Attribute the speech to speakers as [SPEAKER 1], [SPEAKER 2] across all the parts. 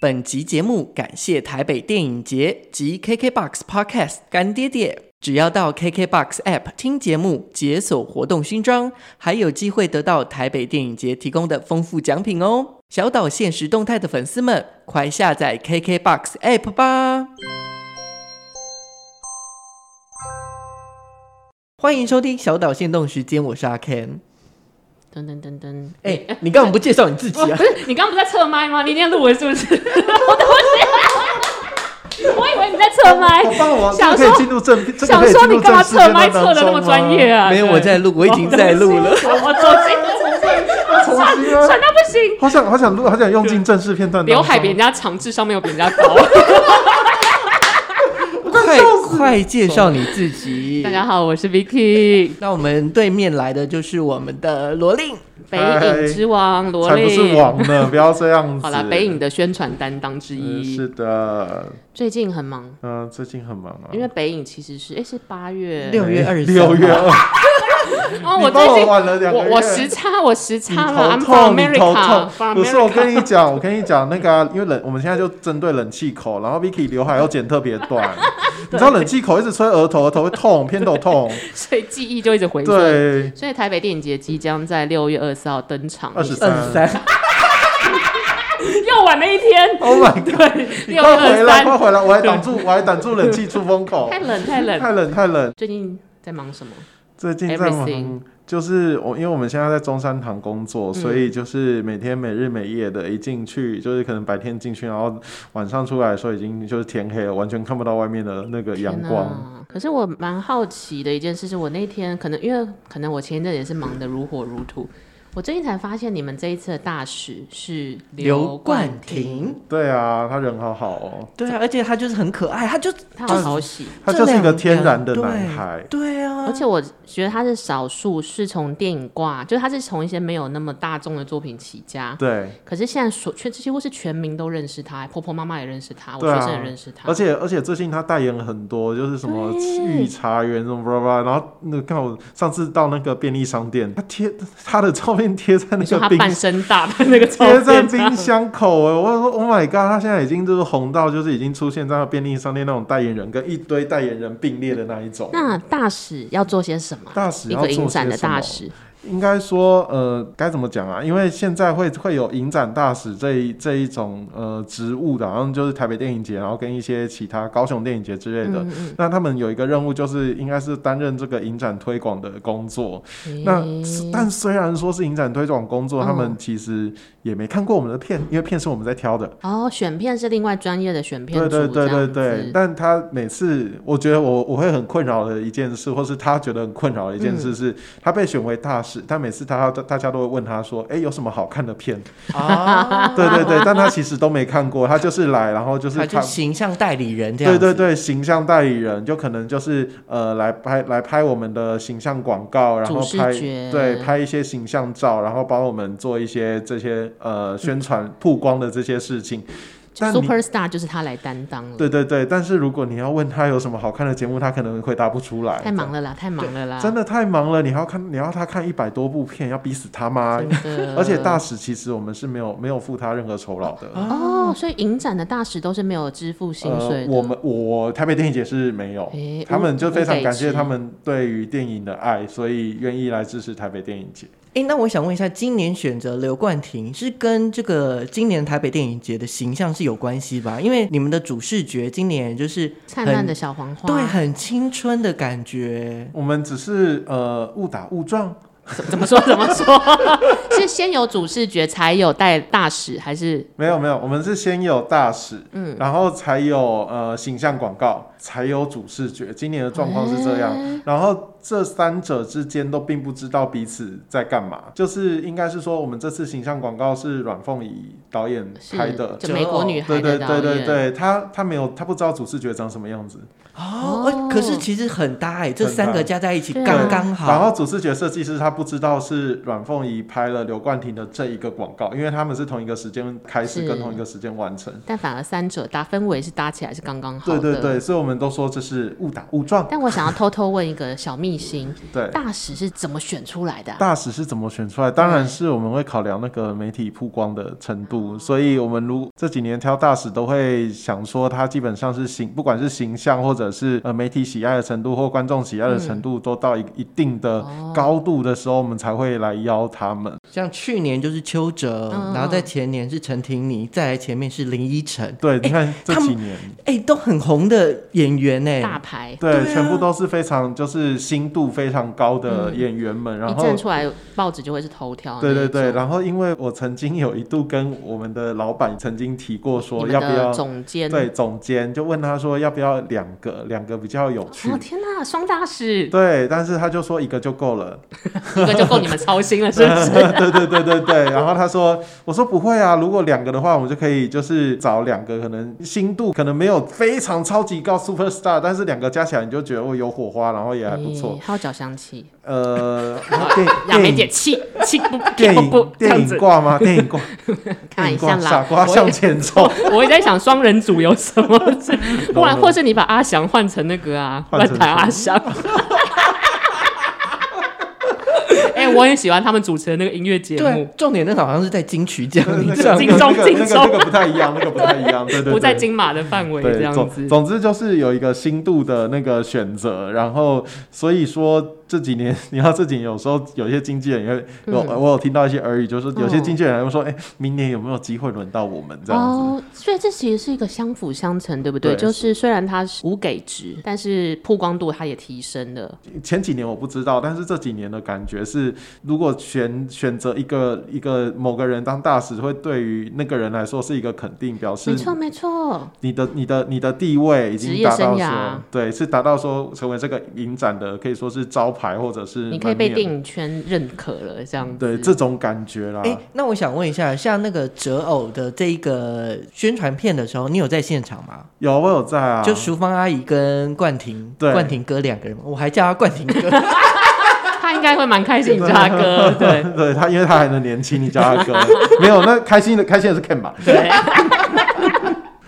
[SPEAKER 1] 本集节目感谢台北电影节及 KKBOX Podcast 干爹爹。只要到 KKBOX App 听节目，解锁活动勋章，还有机会得到台北电影节提供的丰富奖品哦！小岛现实动态的粉丝们，快下载 KKBOX App 吧！欢迎收听小岛限动时间，我是阿 Ken。
[SPEAKER 2] 噔噔噔噔，
[SPEAKER 1] 哎、你干嘛不介绍你自己
[SPEAKER 2] 哦，
[SPEAKER 1] 啊
[SPEAKER 2] 不？是你刚刚不是在测麦吗？你一定要录了是不是？我对不 起，我以为你在测麦
[SPEAKER 3] 好。棒哦！
[SPEAKER 2] 哎想
[SPEAKER 3] 这个可
[SPEAKER 2] 说
[SPEAKER 3] 以进入正，这个
[SPEAKER 2] 想
[SPEAKER 3] 可以
[SPEAKER 2] 说
[SPEAKER 3] 进入
[SPEAKER 2] 你干嘛
[SPEAKER 3] 正式阶
[SPEAKER 2] 测
[SPEAKER 3] 段
[SPEAKER 2] 麦测的那
[SPEAKER 3] 当
[SPEAKER 2] 么
[SPEAKER 3] 中
[SPEAKER 2] 专业啊？
[SPEAKER 1] 没有，
[SPEAKER 2] 对
[SPEAKER 1] 我在录，我已经在录了。
[SPEAKER 2] 我走进，
[SPEAKER 3] 啊？重新啊！
[SPEAKER 2] 喘到不 行。
[SPEAKER 3] 好想好想录，好想用进正式片段当中。
[SPEAKER 2] 刘海比人家长，智商没有比人家 高。
[SPEAKER 1] 快快介绍你自己
[SPEAKER 2] 大。家好，我是 Vicky，
[SPEAKER 1] 那我们对面来的就是我们的罗令，
[SPEAKER 2] 北影之王罗
[SPEAKER 3] 才不是
[SPEAKER 2] 莉。
[SPEAKER 3] 网 呢，不要这样子。
[SPEAKER 2] 好了，北影的宣传担当之
[SPEAKER 3] 嗯
[SPEAKER 2] 一，
[SPEAKER 3] 是的，
[SPEAKER 2] 最近很忙，
[SPEAKER 3] 嗯、最近很忙啊。哎
[SPEAKER 2] 因为北影其实是哎是八月
[SPEAKER 1] 六月23
[SPEAKER 3] 六月二，
[SPEAKER 2] 哦，
[SPEAKER 3] 你
[SPEAKER 2] 我
[SPEAKER 3] 帮
[SPEAKER 2] 最近
[SPEAKER 3] 晚了两个
[SPEAKER 2] 我
[SPEAKER 3] 月。
[SPEAKER 2] 我时差，我时差了，I'm
[SPEAKER 3] 你头痛，
[SPEAKER 2] from
[SPEAKER 3] 你头痛
[SPEAKER 2] America，。from
[SPEAKER 3] 不是，我
[SPEAKER 2] America。
[SPEAKER 3] 跟你讲，我跟你讲，那个啊、因为冷，我们现在就针对冷气口，然后 Vicky 刘海要剪特别 短，你知道冷气口一直吹额头，额头会痛，偏头 痛。
[SPEAKER 2] 所以记忆就一直回溯。
[SPEAKER 3] 对，
[SPEAKER 2] 所以台北电影节即将在六月二十四号登场，
[SPEAKER 3] 二十
[SPEAKER 1] 二
[SPEAKER 3] 三
[SPEAKER 1] 十三，
[SPEAKER 2] 又晚了一天。
[SPEAKER 3] Oh my god！
[SPEAKER 2] 对，
[SPEAKER 3] 你
[SPEAKER 2] 六月
[SPEAKER 3] 快
[SPEAKER 2] 二
[SPEAKER 3] 回
[SPEAKER 2] 十
[SPEAKER 3] 来，
[SPEAKER 2] 三，
[SPEAKER 3] 快回来！我还挡住，我还挡住冷气出风口
[SPEAKER 2] 太，冷太冷。
[SPEAKER 3] 太冷太冷。
[SPEAKER 2] 最近在忙什么？
[SPEAKER 3] 最近在
[SPEAKER 2] Everything
[SPEAKER 3] 忙，就是我，因为我们现在在中山堂工作，
[SPEAKER 2] 嗯
[SPEAKER 3] 所以就是每天每日每夜的，一进去就是可能白天进去，然后晚上出来的时候已经就是天黑了，完全看不到外面的那个阳光。
[SPEAKER 2] 天哪可是我蛮好奇的一件事是，我那天可能因为可能我前一阵也是忙得如火如荼，我最近才发现你们这一次的大使是
[SPEAKER 1] 刘冠
[SPEAKER 2] 冠廷，
[SPEAKER 1] 廷。
[SPEAKER 3] 对啊，他人好好哦，
[SPEAKER 1] 对啊，而且他就是很可爱，他就
[SPEAKER 2] 他好讨喜。
[SPEAKER 3] 他
[SPEAKER 1] 这
[SPEAKER 3] 就是一
[SPEAKER 1] 两
[SPEAKER 3] 个天然的
[SPEAKER 1] 对
[SPEAKER 3] 男孩。
[SPEAKER 1] 对啊，
[SPEAKER 2] 而且
[SPEAKER 3] 嗯
[SPEAKER 2] 我觉得他是少数是从电影挂，就是他是从一些没有那么大众的作品起家，
[SPEAKER 3] 对，
[SPEAKER 2] 可是现在所全几乎是全民都认识他，婆婆妈妈也认识他，我
[SPEAKER 3] 对啊
[SPEAKER 2] 学生也认识他，
[SPEAKER 3] 而且而且最近他代言了很多，就是什么
[SPEAKER 2] 对
[SPEAKER 3] 御茶园什么巴拉巴拉，然后那个看我上次到那个便利商店，他贴他的照片贴在那
[SPEAKER 2] 你说
[SPEAKER 3] 个
[SPEAKER 2] 他
[SPEAKER 3] 冰
[SPEAKER 2] 半身大的那个照
[SPEAKER 3] 贴在
[SPEAKER 2] 片上
[SPEAKER 3] 冰箱口哎、我说 Oh my god，他现在已经就是红到就是已经出现在便利商店那种代言人跟一堆代言人并列的那一种。
[SPEAKER 2] 那大使要做些什么？
[SPEAKER 3] 大使
[SPEAKER 2] 一
[SPEAKER 3] 要
[SPEAKER 2] 个
[SPEAKER 3] 做
[SPEAKER 2] 影
[SPEAKER 3] 些什
[SPEAKER 2] 展的大
[SPEAKER 3] 么？
[SPEAKER 2] 使，
[SPEAKER 3] 应该说，呃，该怎么讲啊？因为现在会会有影展大使这一这一种呃职务的，然后就是台北电影节，然后跟一些其他高雄电影节之类
[SPEAKER 2] 嗯
[SPEAKER 3] 的。那他们有一个任务，就是应该是担任这个影展推广的工作。那
[SPEAKER 2] 诶
[SPEAKER 3] 但虽然说是影展推广工作，他
[SPEAKER 2] 嗯
[SPEAKER 3] 们其实也没看过我们的片，因为片是我们在挑的。
[SPEAKER 2] 哦，选片是另外专业的选片
[SPEAKER 3] 对
[SPEAKER 2] 组，
[SPEAKER 3] 对
[SPEAKER 2] 这
[SPEAKER 3] 对对
[SPEAKER 2] 样
[SPEAKER 3] 对
[SPEAKER 2] 子，
[SPEAKER 3] 但他每次，我觉得我我会很困扰的一件事，或是他觉得很困扰的一件
[SPEAKER 2] 嗯
[SPEAKER 3] 事是，他被选为大使，但每次他大家都会问他说，哎，有什么好看的片？
[SPEAKER 1] 啊，
[SPEAKER 3] 对对对，但他其实都没看过，他就是来，然后就是
[SPEAKER 1] 他就
[SPEAKER 3] 看。
[SPEAKER 1] 形象代理人这样
[SPEAKER 3] 对
[SPEAKER 1] 子。
[SPEAKER 3] 对对，形象代理人就可能就是呃来拍来拍我们的形象广告，然后
[SPEAKER 2] 主视
[SPEAKER 3] 拍
[SPEAKER 2] 觉
[SPEAKER 3] 对拍一些形象照，然后帮我们做一些这些呃
[SPEAKER 2] 嗯
[SPEAKER 3] 宣传曝光的这些事情。但你
[SPEAKER 2] Superstar 就是他来担当了，
[SPEAKER 3] 对对对，但是如果你要问他有什么好看的节目，他可能回答不出来。
[SPEAKER 2] 太忙了啦，太忙了啦，
[SPEAKER 3] 真的太忙了，你还要看，你要他看一百多部片，要逼死他吗？
[SPEAKER 2] 真的
[SPEAKER 3] 而且大使其实我们是没有没有付他任何酬劳的。
[SPEAKER 2] 哦，所以影展的大使都是没有支付薪水的。
[SPEAKER 3] 呃，
[SPEAKER 2] 哎
[SPEAKER 3] 我们我台北电影节是没有
[SPEAKER 2] 诶，
[SPEAKER 3] 他们就
[SPEAKER 2] 乌
[SPEAKER 3] 非
[SPEAKER 2] 乌
[SPEAKER 3] 常
[SPEAKER 2] 北
[SPEAKER 3] 感谢
[SPEAKER 2] 市
[SPEAKER 3] 他们对于电影的爱，所以愿意来支持台北电影节。
[SPEAKER 1] 哎，那我想问一下，今年选择刘冠廷是跟这个今年台北电影节的形象是有关系吧？因为你们的主视觉今年就是
[SPEAKER 2] 灿烂
[SPEAKER 1] 很
[SPEAKER 2] 的小黄花，
[SPEAKER 1] 对， 很青春的感觉。
[SPEAKER 3] 我们只是呃误打误撞，
[SPEAKER 2] 怎么 说怎么说？是先有主视觉才有带大使，还是
[SPEAKER 3] 没有没有，我们是先有大使，嗯，然后才有呃形象广告，才有主视觉。今年的状况是这样，然后这三者之间都并不知道彼此在干嘛。就是应该是说，我们这次形象广告是阮凤仪导演
[SPEAKER 2] 是
[SPEAKER 3] 拍的，
[SPEAKER 2] 就美国女孩
[SPEAKER 3] 对
[SPEAKER 2] 的
[SPEAKER 3] 对
[SPEAKER 2] 导
[SPEAKER 3] 对
[SPEAKER 2] 演？
[SPEAKER 3] 对对，他他没有他不知道主视觉长什么样子，
[SPEAKER 1] 哦，
[SPEAKER 2] 哦
[SPEAKER 1] 而可是其实很搭哎，这
[SPEAKER 3] 很搭
[SPEAKER 1] 三个加在一起
[SPEAKER 2] 对啊
[SPEAKER 1] 刚刚好。
[SPEAKER 3] 然后主视觉设计师他不知道是阮凤仪拍了刘冠廷的这一个广告，因为他们是同一个时间开始
[SPEAKER 2] 是
[SPEAKER 3] 跟同一个时间完成。
[SPEAKER 2] 但反而三者搭氛围是搭起来是刚刚好
[SPEAKER 3] 对
[SPEAKER 2] 的。
[SPEAKER 3] 对对，所以我们都说这是误打误撞。
[SPEAKER 2] 但我想要偷偷问一个小秘星，
[SPEAKER 3] 对，
[SPEAKER 2] 大使是怎么选出来的啊、
[SPEAKER 3] 大使是怎么选出来？当然是我们会考量那个媒体曝光的程度，所以我们如这几年挑大使都会想说，他基本上是形，不管是形象或者是呃媒体喜爱的程度或观众喜爱的程度，都到一一定的
[SPEAKER 2] 哦
[SPEAKER 3] 高度的时候，我们才会来邀他们。
[SPEAKER 1] 像去年就是邱哲，
[SPEAKER 2] 嗯
[SPEAKER 1] 然后在前年是陈婷妮，再来前面是林依晨，
[SPEAKER 3] 对，你看这
[SPEAKER 1] 他们
[SPEAKER 3] 几年，
[SPEAKER 1] 哎、都很红的演员呢、
[SPEAKER 2] 大牌
[SPEAKER 3] 对，
[SPEAKER 1] 对啊
[SPEAKER 3] 全部都是非常就是心度非常高的演员们，然
[SPEAKER 2] 嗯一
[SPEAKER 3] 后
[SPEAKER 2] 站出来，报纸就会是头条那
[SPEAKER 3] 对
[SPEAKER 2] 一种。
[SPEAKER 3] 对对，然后因为我曾经有一度跟我们的老板曾经提过
[SPEAKER 2] 你
[SPEAKER 3] 说，
[SPEAKER 2] 们
[SPEAKER 3] 要不
[SPEAKER 2] 的
[SPEAKER 3] 要
[SPEAKER 2] 总监
[SPEAKER 3] 对总监就问他说要不要两个，两个比较有趣
[SPEAKER 2] 哦。天哪，双大使，
[SPEAKER 3] 对，但是他就说一个就够了。
[SPEAKER 2] 一个就够你们操心了，是不是？
[SPEAKER 3] 对对对对 对。然后他说，我说不会啊，如果两个的话，我们就可以就是找两个可能心度可能没有非常超级高 super star，但是两个加起来你就觉得哦有火花，然后也还不错
[SPEAKER 2] 咦。还有缴香气，
[SPEAKER 3] 呃， 电
[SPEAKER 2] 亚梅
[SPEAKER 3] 电
[SPEAKER 2] 姐
[SPEAKER 3] 影
[SPEAKER 2] 气气不
[SPEAKER 3] 电
[SPEAKER 2] 不不
[SPEAKER 3] 影
[SPEAKER 2] 不这
[SPEAKER 3] 电
[SPEAKER 2] 样
[SPEAKER 3] 影
[SPEAKER 2] 子，
[SPEAKER 3] 挂吗？电影挂，
[SPEAKER 2] 看一
[SPEAKER 3] 电影
[SPEAKER 2] 下
[SPEAKER 3] 挂，傻
[SPEAKER 2] 啦。
[SPEAKER 3] 瓜向前 冲。
[SPEAKER 2] 我也在想双人组有什么， 不然
[SPEAKER 3] No, no
[SPEAKER 2] 或是你把阿翔换成那个啊，
[SPEAKER 3] 换成
[SPEAKER 2] 乱弹阿翔。 哎、我很喜欢他们主持的那个音乐节
[SPEAKER 1] 对啊
[SPEAKER 2] 目，，
[SPEAKER 1] 重点那个好像是在金曲奖
[SPEAKER 3] 对啊 那个
[SPEAKER 1] 上
[SPEAKER 2] 金
[SPEAKER 3] 那
[SPEAKER 2] 钟金
[SPEAKER 3] 个那个那个
[SPEAKER 2] 钟
[SPEAKER 3] 那个不太一样，那个不太一样，对对对，
[SPEAKER 2] 不在金马的范围这
[SPEAKER 3] 对，
[SPEAKER 2] 样
[SPEAKER 3] 总
[SPEAKER 2] 子。
[SPEAKER 3] 总之就是有一个新度的那个选择，然后所以说这几年，你看这几年有时候有些经纪人也会有、
[SPEAKER 2] 嗯
[SPEAKER 3] 我有听到一些耳语，就是有些经纪人会说，哎、明年有没有机会轮到我们这样子？
[SPEAKER 2] 哦，所以这其实是一个相辅相成，对不对？
[SPEAKER 3] 对
[SPEAKER 2] 就是虽然它是无给值，但是曝光度它也提升了。
[SPEAKER 3] 前几年我不知道，但是这几年的感觉是，如果选选择一个一个某个人当大使，会对于那个人来说是一个肯定，表示
[SPEAKER 2] 没错，没错。
[SPEAKER 3] 你的你的你的地位已
[SPEAKER 2] 职
[SPEAKER 3] 经
[SPEAKER 2] 业
[SPEAKER 3] 达到
[SPEAKER 2] 生涯
[SPEAKER 3] 说，对，是达到说成为这个影展的可以说是招牌或者是
[SPEAKER 2] 你可以被
[SPEAKER 3] 门面
[SPEAKER 2] 电影圈认可了，这样子。
[SPEAKER 3] 对这种感觉啦。
[SPEAKER 1] 哎、那我想问一下，像那个择偶的这一个宣传片的时候，你有在现场吗？
[SPEAKER 3] 有我有在啊，
[SPEAKER 1] 就淑芳阿姨跟冠廷，
[SPEAKER 3] 对
[SPEAKER 1] 冠廷哥两个人，我还叫他冠廷哥，
[SPEAKER 2] 他应该会蛮开心，你叫他 哥，对
[SPEAKER 3] 对他，因为他还能年轻，你叫他哥没有？那开心的开心的是 Ken 吧？
[SPEAKER 2] 对。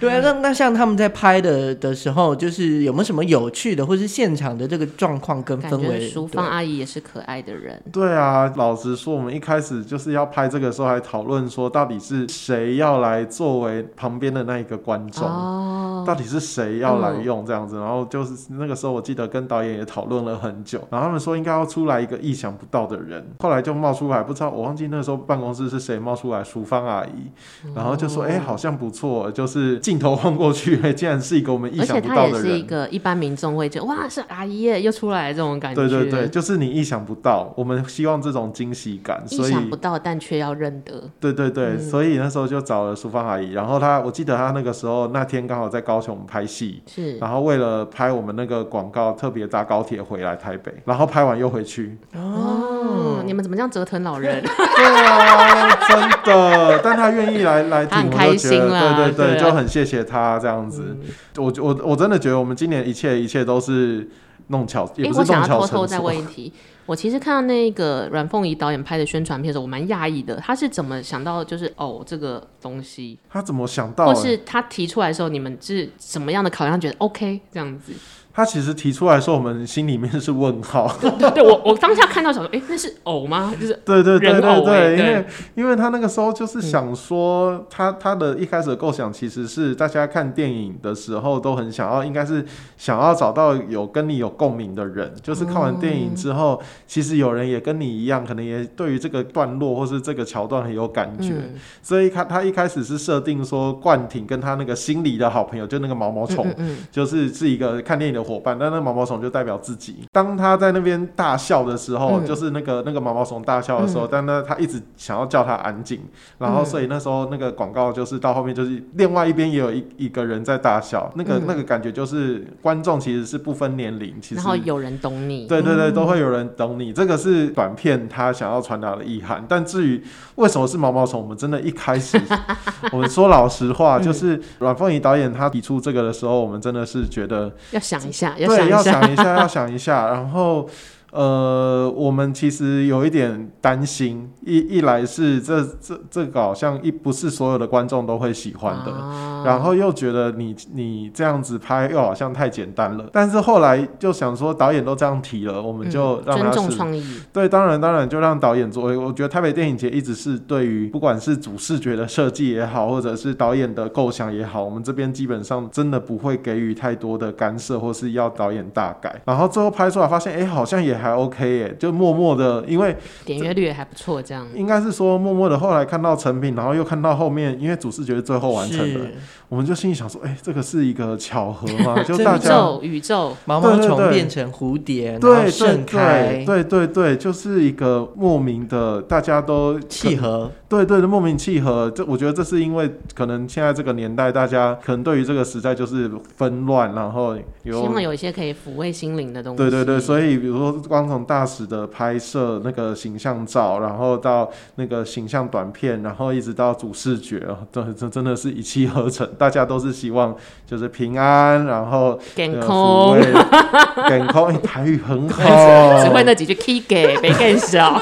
[SPEAKER 1] 对啊，那那像他们在拍的的时候，就是有没有什么有趣的，或是现场的这个状况跟
[SPEAKER 2] 感
[SPEAKER 1] 氛
[SPEAKER 2] 觉
[SPEAKER 1] 围？
[SPEAKER 2] 淑芳阿姨也是可爱的人，
[SPEAKER 3] 对啊，老实说，我们一开始就是要拍这个时候，还讨论说到底是谁要来作为旁边的那一个观众。
[SPEAKER 2] 哦，
[SPEAKER 3] 到底是谁要来
[SPEAKER 2] 嗯
[SPEAKER 3] 用这样子？然后就是那个时候，我记得跟导演也讨论了很久，然后他们说应该要出来一个意想不到的人，后来就冒出来，不知道我忘记那时候办公室是谁冒出来，淑芳阿姨，然后就
[SPEAKER 2] 哦
[SPEAKER 3] 说哎、好像不错，就是镜头晃过去，哎、竟然是一个我们意
[SPEAKER 2] 而且
[SPEAKER 3] 想不
[SPEAKER 2] 她
[SPEAKER 3] 到
[SPEAKER 2] 也
[SPEAKER 3] 的
[SPEAKER 2] 是一
[SPEAKER 3] 人。
[SPEAKER 2] 个一般民众会觉得哇是阿姨耶又出来这种感觉，
[SPEAKER 3] 对对对，，就是你意想不到，我们希望这种惊喜感，
[SPEAKER 2] 意
[SPEAKER 3] 所以
[SPEAKER 2] 想不到但却要认得，
[SPEAKER 3] 对对对，
[SPEAKER 2] 嗯
[SPEAKER 3] 所以那时候就找了淑芳阿姨，然后她，我记得她那个时候那天刚好在高雄拍戏，
[SPEAKER 2] 是
[SPEAKER 3] 然后为了拍我们那个广告，特别搭高铁回来台北，然后拍完又回去。
[SPEAKER 2] 哦，你们怎么这样折腾老人？
[SPEAKER 3] 对啊， 真的。但他愿意来来
[SPEAKER 2] 他
[SPEAKER 3] 听，
[SPEAKER 2] 很
[SPEAKER 3] 我就觉
[SPEAKER 2] 开心啦
[SPEAKER 3] 得对对
[SPEAKER 2] 对啊嗯
[SPEAKER 3] 就很谢谢他这样子。我我我真的觉得我们今年一切一切都是弄巧，也
[SPEAKER 2] 哎，
[SPEAKER 3] 不
[SPEAKER 2] 我
[SPEAKER 3] 是
[SPEAKER 2] 想
[SPEAKER 3] 弄
[SPEAKER 2] 要偷
[SPEAKER 3] 巧
[SPEAKER 2] 偷
[SPEAKER 3] 成
[SPEAKER 2] 再
[SPEAKER 3] 拙
[SPEAKER 2] 问。一题，我其实看到那个阮凤仪导演拍的宣传片的时候，我蛮讶异的，他是怎么想到就是哦这个东西，
[SPEAKER 3] 他怎么想到欸
[SPEAKER 2] 或
[SPEAKER 3] 的？
[SPEAKER 2] 是他提出来的时候，你们是什么样的考量，觉得 OK 这样子？
[SPEAKER 3] 他其实提出来说，我们心里面是问号。
[SPEAKER 2] 对我我当下看到想说，哎，那是偶吗？就是
[SPEAKER 3] 对对对
[SPEAKER 2] 人
[SPEAKER 3] 对
[SPEAKER 2] 偶欸
[SPEAKER 3] 对，因
[SPEAKER 2] 对
[SPEAKER 3] 为因为他那个时候就是想说，他他的一开始的构想其实是大家看电影的时候都很想要，应该是想要找到有跟你有共鸣的人，就是看完电影之
[SPEAKER 2] 嗯
[SPEAKER 3] 后，其实有人也跟你一样，可能也对于这个段落或是这个桥段很有感觉，
[SPEAKER 2] 嗯
[SPEAKER 3] 所以他他一开始是设定说冠廷跟他那个心里的好朋友，就那个毛毛虫，
[SPEAKER 2] 嗯嗯
[SPEAKER 3] 就是是一个看电影的伙伴，但那毛毛虫就代表自己。当他在那边大笑的时候，
[SPEAKER 2] 嗯
[SPEAKER 3] 就是那个那个毛毛虫大笑的时候，但呢他一直想要叫他安静，然后
[SPEAKER 2] 嗯
[SPEAKER 3] 所以那时候那个广告就是到后面就是另外一边也有一一个人在大笑，那个、
[SPEAKER 2] 嗯
[SPEAKER 3] 那个感觉就是观众其实是不分年龄，其实
[SPEAKER 2] 然后有人懂你，
[SPEAKER 3] 对对对，都会有人懂你。这个是短片他想要传达的意涵。但至于为什么是毛毛虫，我们真的一 开始，我们说老实话，就是阮凤仪导演他提出这个的时候，我们真的是觉得
[SPEAKER 2] 要想一下，
[SPEAKER 3] 对，
[SPEAKER 2] 想
[SPEAKER 3] 要
[SPEAKER 2] 一下，
[SPEAKER 3] 想一下，要想一下，然后。呃，我们其实有一点担心，一一来是这这这个好像一不是所有的观众都会喜欢的，
[SPEAKER 2] 啊
[SPEAKER 3] 然后又觉得你你这样子拍又好像太简单了，但是后来就想说导演都这样提了，我们就
[SPEAKER 2] 嗯
[SPEAKER 3] 让
[SPEAKER 2] 尊
[SPEAKER 3] 他
[SPEAKER 2] 重
[SPEAKER 3] 试。
[SPEAKER 2] 创意，
[SPEAKER 3] 对，当然当然就让导演做。我觉得台北电影节一直是对于不管是主视觉的设计也好，或者是导演的构想也好，我们这边基本上真的不会给予太多的干涉，或是要导演大改。然后最后拍出来发现，哎，好像也还 OK 耶，就默默的，因为
[SPEAKER 2] 点阅率也还不错，这样
[SPEAKER 3] 应该是说默默的后来看到成品，然后又看到后面，因为主视觉是最后完成的，
[SPEAKER 1] 是
[SPEAKER 3] 我们就心里想说，哎，这个是一个巧合 吗？就
[SPEAKER 1] 这
[SPEAKER 3] 大
[SPEAKER 2] 宇
[SPEAKER 1] 比
[SPEAKER 3] 家
[SPEAKER 1] 较
[SPEAKER 2] 宙宇宙，
[SPEAKER 1] 毛毛
[SPEAKER 3] 对对
[SPEAKER 1] 虫
[SPEAKER 3] 对
[SPEAKER 1] 变成蝴蝶，然后
[SPEAKER 3] 对
[SPEAKER 1] 盛
[SPEAKER 3] 对
[SPEAKER 1] 开，
[SPEAKER 3] 对对对，就是一个莫名的，大家都
[SPEAKER 1] 契合，
[SPEAKER 3] 对对的，莫名契合。这我觉得这是因为可能现在这个年代，大家可能对于这个时代就是纷乱，然后
[SPEAKER 2] 希望
[SPEAKER 3] 有。
[SPEAKER 2] 有一些可以抚慰心灵的东西。
[SPEAKER 3] 对对对，
[SPEAKER 2] 以
[SPEAKER 3] 所以比如说光从大使的拍摄那个形象照，然后到那个形象短片，然后一直到主视觉，这这真的是一气呵成，大家都是希望就是平安，然后
[SPEAKER 2] 健
[SPEAKER 3] 呃
[SPEAKER 2] 康，
[SPEAKER 3] 抚慰健康，哎台语很好，
[SPEAKER 2] 只会那几句 key 给没更少。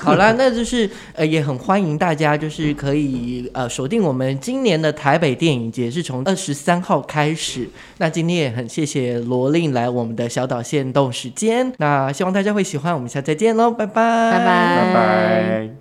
[SPEAKER 1] 好啦，那就是呃，也很欢迎大家，就是可以呃锁定我们今年的台北电影节是从二十三号开始。那今天也很谢谢罗令来我们的小岛限动时间，那希望大家会喜欢，我们下次再见喽，拜拜，
[SPEAKER 2] 拜拜
[SPEAKER 3] 拜拜。